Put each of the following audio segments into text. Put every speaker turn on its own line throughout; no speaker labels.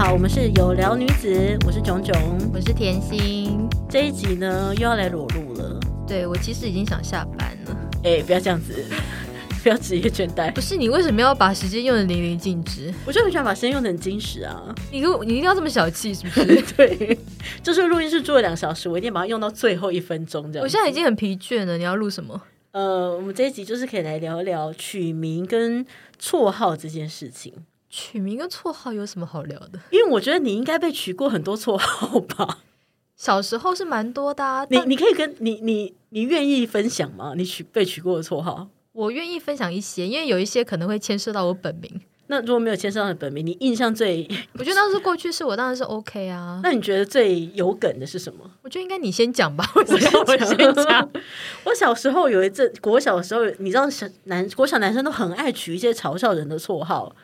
好，我们是有聊女子，我是囧囧。
我是甜心。
这一集呢又要来裸露了，
对我其实已经想下班了。
哎、不要这样子， 不要职业倦怠
不。是你为什么要把时间用的淋漓尽致？
我就很想把声音用得很矜持啊，
你如你一定要这么小气是不是？
对，就是录音室做了两小时，我一定把它用到最后一分钟这样。
我现在已经很疲倦了，你要录什么？
呃，我们这一集就是可以来聊一聊取名跟绰号这件事情，
取名跟绰号有什么好聊的？
因为我觉得你应该被取过很多绰号吧？
小时候是蛮多的、啊，
你
但
你可以跟你你你愿意分享吗？你取被取过的绰号？
我愿意分享一些，因为有一些可能会牵涉到我本名。
那如果没有牵涉到你本名，你印象最，
我觉得当时过去式我当然是 OK 啊。
那你觉得最有梗的是什么？
我觉得应该你先讲 吧，为什么 我先讲？。
我小时候有一阵，国小的时候，你知道小男国小男生都很爱取一些嘲笑人的绰号。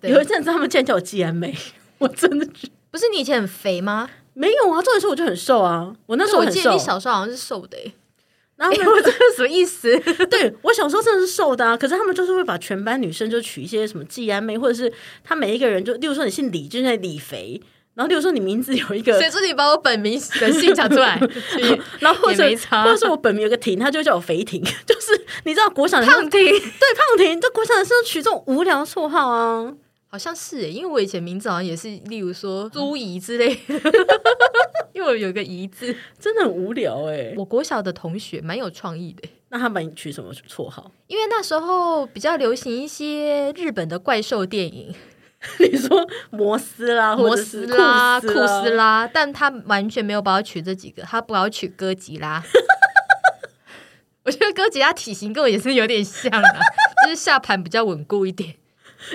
对
有一阵子他们竟然叫我季安美，我真的觉得
不是你以前很肥吗？
没有啊。重点是我就很瘦啊，我那时候
我
很
记得
瘦
你。小时候好像是瘦的、欸，
然后他们
我这是什么意思？
对我小时候真的是瘦的啊，可是他们就是会把全班女生就取一些什么季安妹，或者是他每一个人就，例如说你姓李，就是李肥。然后，例如说你名字有一个
谁说你把我本名的姓讲出 来？
然后或者
也没差
或者是我本名有个婷，他就叫我肥婷， 就是你知道国小男生
胖婷，
对胖婷，这国小男生取这种无聊绰号啊，
好像是耶，因为我以前名字好像也是，例如说朱怡之 类的，因为我有一个怡字。
真的很无聊哎、
我国小的同学蛮有创意的，
那他把你取什么绰号？
因为那时候比较流行一些日本的怪兽电影，
你说摩斯啦，或
摩
者
斯
是
啦、库
库斯
斯拉，但他完全没有把我取这几个，他把我取哥吉 拉。我觉得哥吉拉体型跟我也是有点像啊，就是下盘比较稳固一点。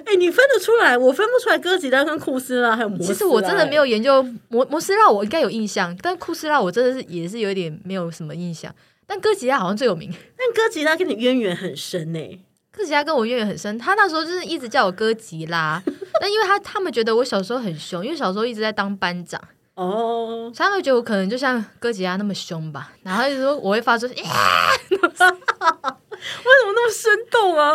哎、你分得出来？我分不出来哥吉拉跟库斯拉还有摩斯拉、
其实我真的没
有。
有研究摩摩斯拉，我应该有印象，但库斯拉我真的是也是有点没有什么印象。但哥吉拉好像最有名，
但哥吉拉跟你渊源很深哎、
哥吉拉跟我渊源很深，他那时候就是一直叫我哥吉拉，但因为他他们觉得我小时候很凶，因为小时候一直在当班长，
哦，
所以他们觉得我可能就像哥吉拉那么凶吧，然后就说我会发出，欸
为什么那么生动 啊？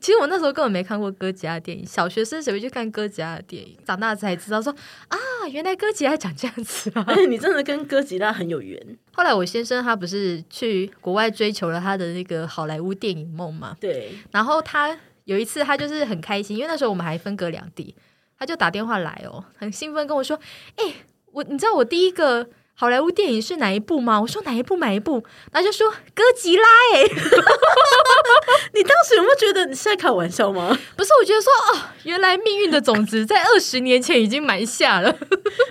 其实我那时候根本没看过哥吉拉的电影，小学生谁会去看哥吉拉的电影？长大才知道说啊，原来哥吉拉长这样子啊。
而且你真的跟哥吉拉很有缘。
后来我先生他不是去国外追求了他的那个好莱坞电影梦嘛，
对，
然后他有一次他就是很开心，因为那时候我们还分隔两地，他就打电话来哦，很兴奋跟我说：“哎、我你知道我第一个好莱坞电影是哪一部吗？”我说：“哪一部？哪一部？”他就说：“哥吉拉。
你当时有没有觉得你是在开我玩笑 吗？”
不是，我觉得说哦，原来命运 的种子在二十年前已经埋下了。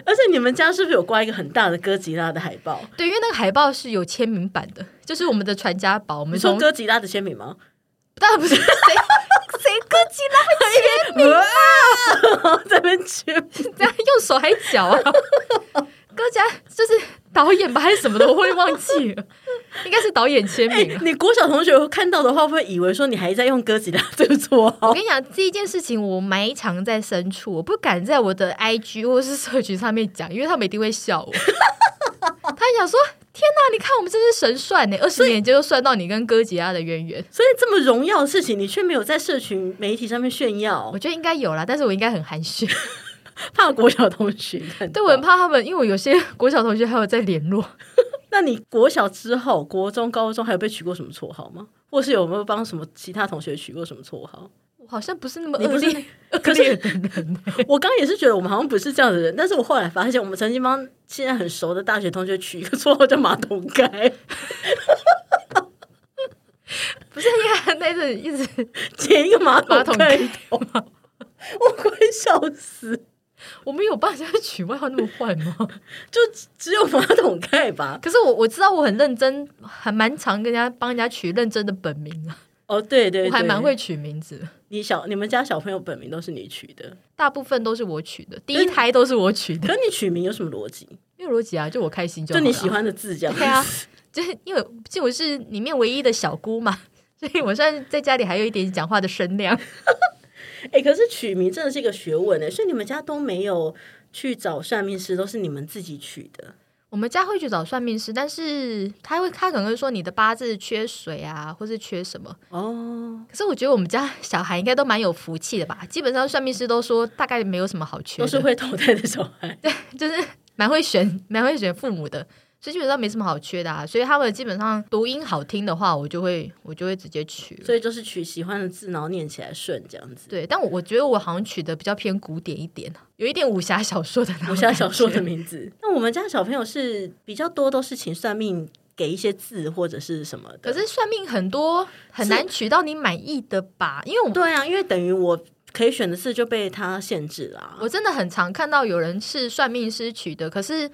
而且你们家是不是有挂一个很大的哥吉拉的海报？
对，因为那个海报是有签名版的，就是我们的传家宝，我
你
们
说
从
哥吉拉的签名吗？
当然不是谁谁哥吉拉会签
在那边签，
这样用手还脚啊？ 哥家就是导演吧，还是什么的，我会忘记了，应该是导演签名。啊
你国小同学看到的话，会不会以为说你还在用哥吉拉这个绰
我
号？
跟你讲，这一件事情我埋藏在深处，我不敢在我的 IG 或是社群上面讲，因为他们一定会笑 我。他想说：“天哪，你看我们真是神算呢，二十年就算到你跟哥吉拉的渊源。
所以这么荣耀的事情，你却没有在社群媒体上面炫”耀
我，觉得应该有啦，但是我应该很含蓄。
怕国小同学看到。
对我很怕他们，因为我有些国小同学还有在联络。
那你国小之后，国中、高中还有被取过什么绰号吗？或是有没有帮什么其他同学取过什么绰号？
我好像不是那么
你
恶
不是
劣，恶
可是
劣的 人。
我刚刚也是觉得我们好像不是这样的人，但是我后来发现，我们曾经帮现在很熟的大学同学取一个绰号叫马桶盖，
不是因为他那阵一直
剪一个马桶
马桶
盖
盖
头， 我快笑死。
我们有帮人家取外号那么坏吗？
就只有马桶盖吧。
可是我我知道我很认真，还蛮常跟人家帮人家取认真的本名啊，
哦，对对对，
我还蛮。会取名字，
你小你们家小朋友本名都是你取的，
大部分都是我取的，第一胎都是我取的，
可你取名有什么逻辑？
没有逻辑啊，就我开心就
就
好
你
了
喜，欢的字这样。
对啊，就是因为毕竟我是里面唯一的小姑嘛。所以我算在家里还有一点讲话的声量，
哎、可是取名真的是一欸个学问哎，所以你们家都没有去找算命师，都是你们自己取的。
我们家会去找算命师，但是他会他可能会说你的八字缺水啊，或是缺什么。
哦，
可是我觉得我们家小孩应该都蛮有福气的吧，基本上算命师都说大概没有什么好缺
都
的，
是会投胎的小 孩。
就是蛮会选蛮会选父母的，所以基本上没什么好缺的啊。所以他们基本上读音好听的话，我就会我就会直接取了。
所以就是取喜欢的字，然后念起来顺这 样子。
对，但我我觉得我好像取的比较偏古典一点，啊有一点武侠小说的那种
武侠小说
感
的
觉
名字。那我们家小朋友是比较多都是请算命给一些字或者是什么的。
可是算命很多很难取到你满意的吧？因为我
对啊，因为等于我可以选的字就被他限制了、啊。
我真的很常看到有人是算命师取的，可是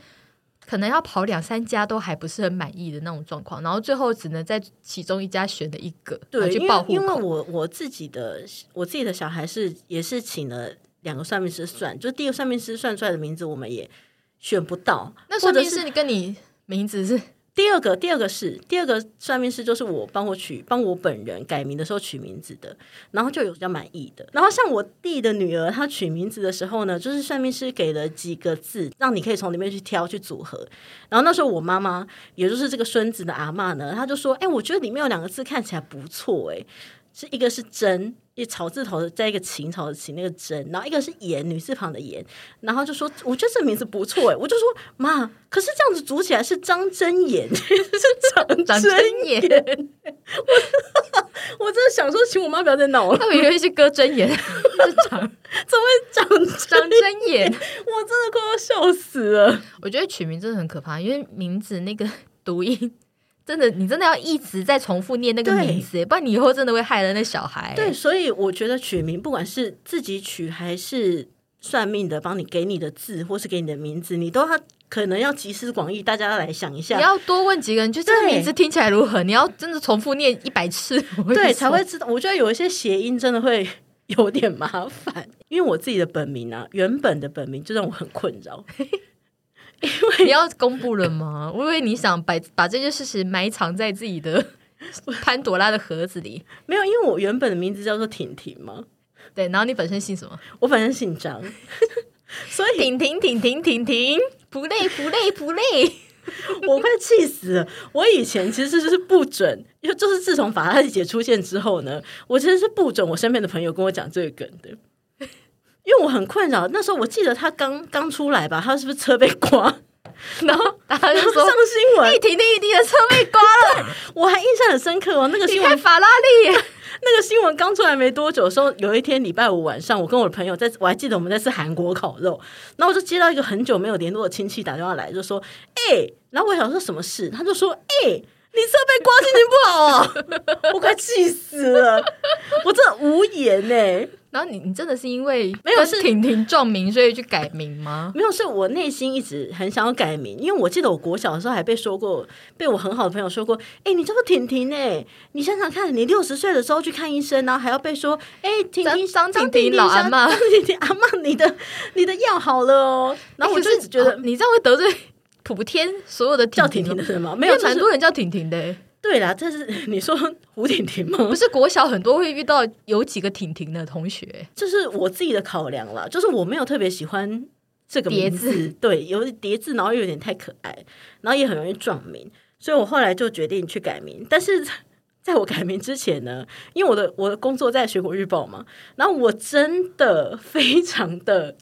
可能要跑两三家都还不是很满意的那种状况，然后最后只能在其中一家选的一个
对，
然后
因
去
为
报户
因为
口。
我我自己的我自己的小孩是也是请了两个算命师算，就第一个算命师算出来的名字我们也选不到，
那
或
算
者
命
是
师你跟你名字是
第二个，第二个是第二个算命师，就是我帮我取帮我本人改名的时候取名字的，然后就有比较满意的。然后像我弟的女儿，她取名字的时候呢，就是算命师给了几个字，让你可以从里面去挑去组合。然后那时候我妈妈，也就是这个孙子的阿嬷呢，她就说：“哎、我觉得里面有两个字看起来不错、哎，是一个是真。”一草字头的，在一个秦朝的秦那个真，然后一个是言，女字旁的言，然后就说我觉得这名字不错哎，我就说妈，可是这样子组起来是张真 言，是
长
张
真
真，
眼，
我真的想说，请我妈不要再闹了，
他们以为是割真眼，是长
张真，
长真眼。
我真 的快要笑死了。
我觉得取名真的很可怕，因为名字那个读音。真的，你真的要一直在重复念那个
对
名字，不然你以后真的会害了那小 孩。
对，所以我觉得取名，不管是自己取还是算命的帮你给你的字，或是给你的名字，你都要可能要集思广益，大家来想一
你
下，
要多问几个人，就这个
对
名字听起来如何？你要真的重复念一百次， 我跟你
对
说
才会知道。我觉得有一些谐音真的会有点麻烦，因为我自己的本名啊，原本的本名就让我很困扰。
你要公布了吗？我以为你想把把这件事情埋藏在自 己的潘朵拉的盒子里。
没有，因为我原本的名字叫做婷婷嘛，
对，然后你本身姓什 么？
我反正姓张，所以
婷婷婷婷婷婷，不累不累 不累。
我快气死了！我以前其实是不准，就就是自从法拉利姐出现之后呢，我其实是不准我身边的朋友跟我讲这个梗的，因为我很困扰。那时候我记得他刚刚出来吧，他是不是车被刮？
然后大家
然
就
后
说
上：“新
哎、
闻，
婷婷婷的车被刮 了，
我还印象很深刻哦。那个
你
新
开
闻，
法拉利耶。
那个新闻刚出来没多久的时候，有一天礼拜五晚上，我跟我的朋友在，我还记得我们在吃韩国烤肉，然后我就接到一个很久没有联络的亲戚打电话来，就说：“哎、然后我想说什么事？他就说：“哎、你车被刮，心情不好啊！” 我快气死了，我真的无言欸呢、”
然后你你真的是因为
没有
跟
是
婷婷撞名，所以去改名吗？
没有，是我内心一直很想要改名，因为我记得我国小的时候还被说过，被我很好的朋友说过，哎、你叫做婷婷哎，你想想看，你六十岁的时候去看医生，然后还要被说，哎、婷婷
张张
张
婷婷
婷
老阿嬷
妈，张婷婷阿嬷，你的你的药好了哦，然后我
哎可
就是一直觉得、
哦你这样会得罪普天所有的婷
叫
婷
婷婷的人吗？没
没
有，
有嗯
就
蛮
是
多人叫婷婷的耶，
对啦，这是 你说胡婷婷吗
不？是国小很多会遇到有几个婷婷的同学，
这是我自己的考量啦，就是我没有特别喜欢这个名
叠
字，对，有叠字，然后又有点太可爱，然后也很容易撞名，所以我后来就决定去改名。但是在 在我改名之前呢，因为我的我的工作在《水果日报》嘛，然后我真的非常的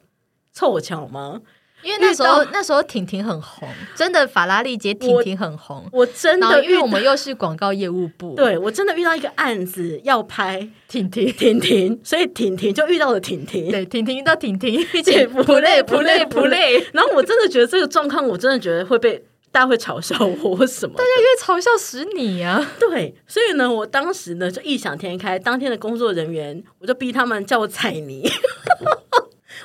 凑巧吗？
因为那时候
遇到
那时候婷婷很红，真的法拉利姐婷婷很红。
我真
然后
的
因为
遇
我
到，
们又是广告业务部，，
对我真的遇到一个案子要拍
婷婷，
婷婷，所以婷婷就遇到了婷婷。
对婷婷遇到婷 婷，一起
对
不累不累哎不累，因为
然后我真的觉得这个状况，我真的觉得会被大家会嘲笑我或什么的。
嘲笑死你啊！
对，所以呢，我当时呢就异想天开，当天的工作人员我就逼他们叫我彩泥。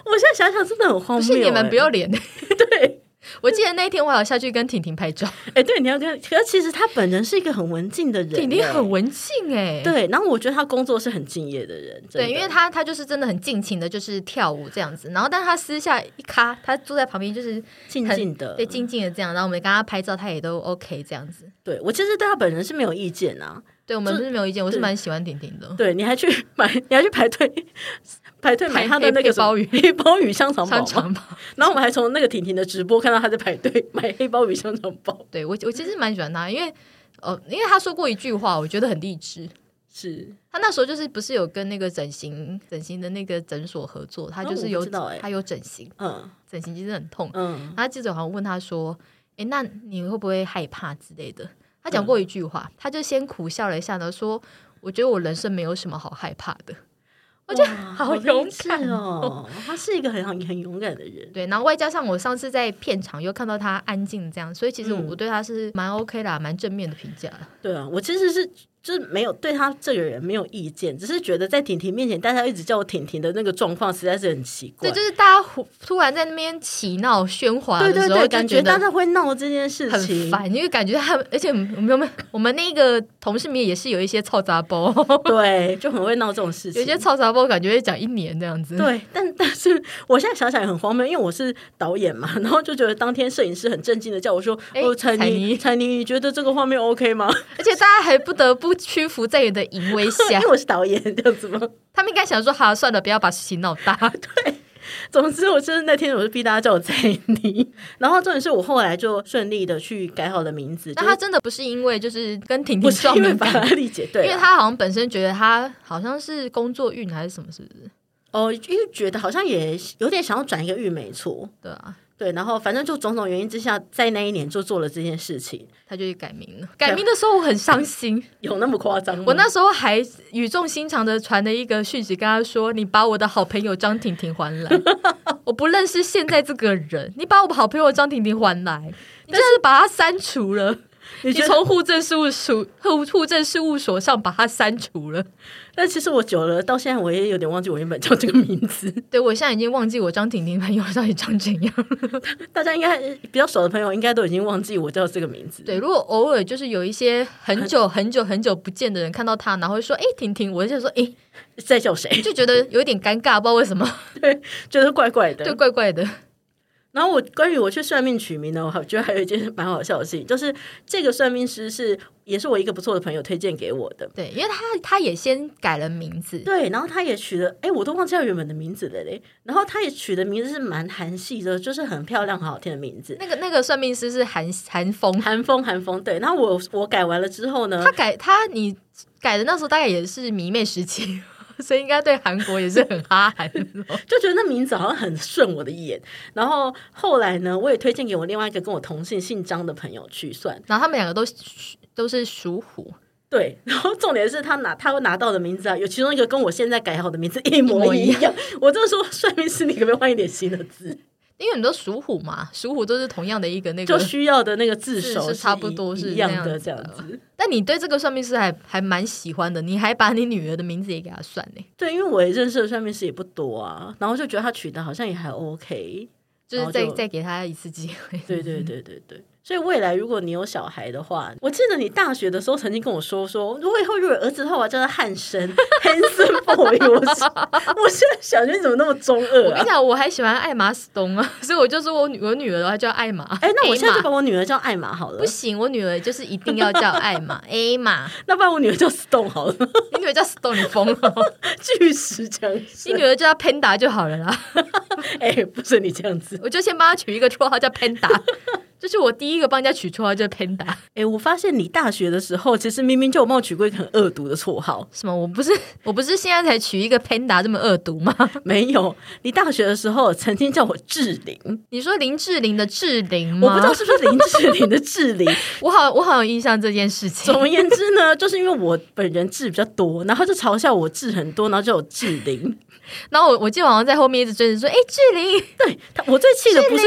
我现在想想真的很荒
不
谬、
是你们不
哎
要 脸，
对，
我记得那一天我还有下去跟婷婷拍 照，
哎、对，你要跟，可是其实他本人是一个很文静的人、
婷婷
哎
很文静哎，
对，然后我觉得他工作是很敬业的人，真的
对，因为他他就是真的很尽情的，就是跳舞这样子。然后，但他私下一咖，他坐在旁边就是
静
很欸
静的，
对静静的这样。然后我们跟他拍照，他也都 OK 这样子。
对我其实对他本人是没有意见啊。
对我们
就
不是没有意见，我是
对
蛮喜欢婷婷的。
对你还去买，你还去排队 排队买
排
他的那个
黑黑鲍鱼
黑鲍鱼香肠
香
包嘛。
肠包，
然后我们还从那个婷婷的直播看到他在排队买黑鲍鱼香肠包，
对我我其实蛮喜欢他，因为呃，因为他说过一句话，我觉得很励志。
是
他那时候就是不是有跟那个整形整形的那个诊所合作，他就是
我
有、
不知道欸
他有整形，
嗯
整形其实很痛。
嗯，
他记者好像问他说：“诶，那你会不会害怕之类的？”他讲过一句话，他就先苦笑了一下呢，说：“我觉得我人生没有什么好害怕的。”我觉得
哇
好勇
励
敢
志哦，他是一个很很勇敢的人。
对，然后外加上我上次在片场又看到他安静这样，所以其实
嗯
我对他是蛮 OK 啦，蛮正面的评价啦。
对啊，我其实是就是没有对他这个人没有意见，只是觉得在婷婷面前，大家一直叫我婷婷的那个状况实在是很奇怪。
对，就是大家忽突然在那边起闹喧哗的
对
时候，
对对，
就
感
觉
觉
得
大家会闹这件事
很
情，
烦，因为感觉他们，而且我们我们我们那个同事里面也是有一些嘈杂包，
对，就很会闹这种事情。
有一些嘈杂包感觉会讲一年这样子。
对，但但是我现在想想也很荒谬，因为我是导演嘛，然后就觉得当天摄影师很震惊的叫我说：“
哎
哦，彩
彩
妮，
妮
彩妮，你觉得这个画面 OK 吗
而且大家还不得不屈服在你的淫威？”
因
下
为，我是导演这样子吗？
他们应该想说：“好，算了，不要把事情闹大。
总之，我就是那天我是逼大家叫我 彩妮，然后重点是我后来就顺利的去改好我的名字”，
但
就是
他真的不是因为就是跟婷
不
婷
是
撞
因为
的
法
感
拉
觉，
利姐对
因为
啦，
他好像本身觉得他好像是工作运还是什么，是不是？
哦，因为觉得好像也有点想要转一个运，没错。
对啊，
对，然后反正就种种原因之下，在那一年就做了这件事情，
他就去改名 了。改名的时候我很伤心，
有那么夸张吗？
我那时候还语重心长的传了一个讯息跟他说：“你把我的好朋友张婷婷还来， 我不认识现在这个人，你把我好朋友张婷婷还 来，你就是把他删除了，
你
你
觉得？
从户政事务所户户政事务所上把他删除了。
但其实我久了，到现在我也有点忘记我原本叫这个名字。
对我现在已经忘记我张婷婷朋友到底长怎样。
大家应该比较熟的朋友，应该都已经忘记我叫这个名字。
对，如果偶尔就是有一些很久很久很久不见的人看到他，然后会说：“哎、婷婷。”我就说：“哎、
在叫谁？
就觉得有点尴尬，不知道为什么，
觉得怪怪
就
的。
怪怪的。
然后我关于我去算命取名呢，我还觉得还有一件蛮好笑的事情，就是这个算命师是也是我一个不错的朋友推荐给我的。”
对，因为他他也先改了名字，
对，然后他也取了，哎，我都忘记他原本的名字了嘞。然后他也取的名字是蛮韩系的，就是很漂亮、很好听的名字。
那个那个算命师是韩韩风，
韩风，韩风，对。然后我我改完了之后呢
他，改他你改的那时候大概也是迷妹时期，所以应该对韩国也是很哈韩的 那种。
就觉得那名字好像很顺我的眼。然后后来呢，我也推荐给我另外一个跟我同姓姓张的朋友去算，
然后他们两个都是都是属虎，
对， 然后重点是他拿他拿到的名字啊，有其中一个跟我现在改好的名字一
一
模
模
一
一
样。我就说算命师，你可不可以换一点新的字？
因为很多属虎嘛，属虎都是同样的一个那
就
个。
需要的那个字首
是是差不多
一一
是那样
样的
子
这样
的
子。
但你对这个算命师还还蛮喜欢的，你还把你女儿的名字也给他算呢，
对，因为我也认识的算命师也不多啊，然后就觉得他取的好像也还 OK。
就是
然
再
后就
再给他一次机会。
对对对对对。所以未来如果你有小孩的话，我记得你大学的时候曾经跟我说说，如果以后如果有儿子的话，我要叫他汉生 Hanson Boy。我是我现在想，你怎么那么中
我
二
跟你
啊？
讲，我还喜欢艾玛史东啊， 所以我就说我女我女儿的话叫艾玛。
哎、那我现在
A
就
玛
把我女儿叫艾玛好了
不，行，我女儿就是一定要叫艾玛 A 玛，
那不然我女儿叫 Stone 好了，
你女儿叫 Stone 你疯了，
巨石强
你
森。
女儿叫她 Panda 就好了啦。
哎、不是你这样子。
我就先帮她取一个绰号叫 Panda，这 是我第一个帮人家取绰号叫 Panda。
哎、我发现你大学的时候，其实明明就有冒取过一个很恶毒的绰号，
什么？我不是我不是现在才取一个 Panda 这么恶毒吗？
没有？你大学的时候曾经叫我志玲，
你说林志玲的志玲吗？
我不知道，是不是林志玲的志玲，
我好我好有印象这件事情
总。而言之呢，就是因为我本人痣比较多，然后就嘲笑我痣很多，然后就有痣灵。
然后我我记得我好像在后面一直追着说，哎、志玲，
对他，我最气的不是，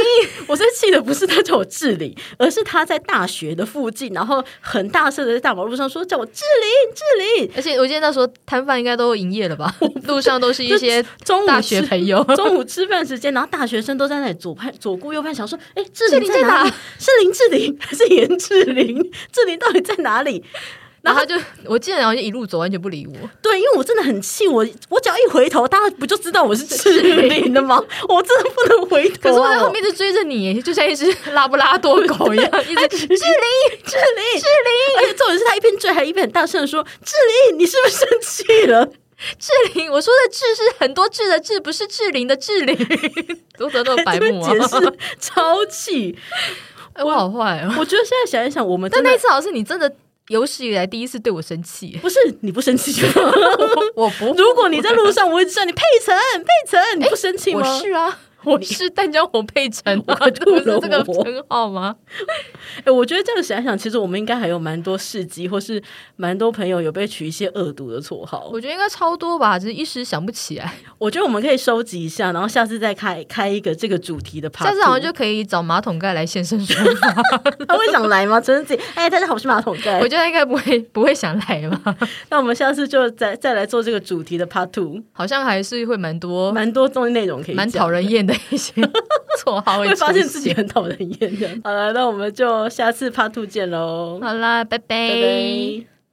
我最气的不是他叫我痣灵，而是他在大学的附近，然后很大声的在大马路上说叫我痣灵，痣灵。
而且我记得那时候摊贩应该都营业了吧？路上都是一些
中午
大
吃
学朋友。
中午吃饭时间，然后大学生都在那里左盼左顾右盼，想说：“哎，志
志
玲
玲
在
在
哪
哪
里？是林志玲还是严志玲？志玲到底在哪里？”
然后他就我记得然后就一路走，完全不理我。
对，因为我真的很气，我我只要一回头，大家不就知道我是赤林的吗？ 我真的不能回头、啊。
可是我在后面就追着你，就像一只拉布拉多狗一样， 一直志
志
玲，
玲，志玲。而且重点是他一边追，还一边很大声的说：“志玲，你是不是生气了？”
志玲，我说的志是很多志的志，不是志玲的志 玲。读者都 白目啊，
解释超气。
哎、我好坏哦！
我觉得现在想一想，我们
但
真
那
的。
次好像是你真的有史以来第一次对我生气
不是你不生气就好。
我不
如果你在路上，我一直叫你佩晨，佩晨，你不生气
我
吗？
是啊，我是淡江红佩晨啊，
我
这不
吐
是
了
这个
我
称号吗？
哎，我觉得这样想一想，其实我们应该还有蛮多事迹，或是蛮多朋友有被取一些恶毒的绰号。
我觉得应该超多吧，只是一时想不起来。
我觉得我们可以收集一下，然后下次再开开一个这个主 题的 part two。
下次好像就可以找马桶盖来现身说法。
他会想来吗？真的自己哎，大家好，我是马桶盖
我。觉得应该不会不会想来吧，
那我们下次就再再来做这个主题的 part two，
好像还是会蛮多
蛮多东西内容可以
蛮
讲
讨人厌的一些 绰号
会发
出
现自己
现
很讨人厌的。好了，那我们就下次 part two 见喽，
好啦，拜
拜拜。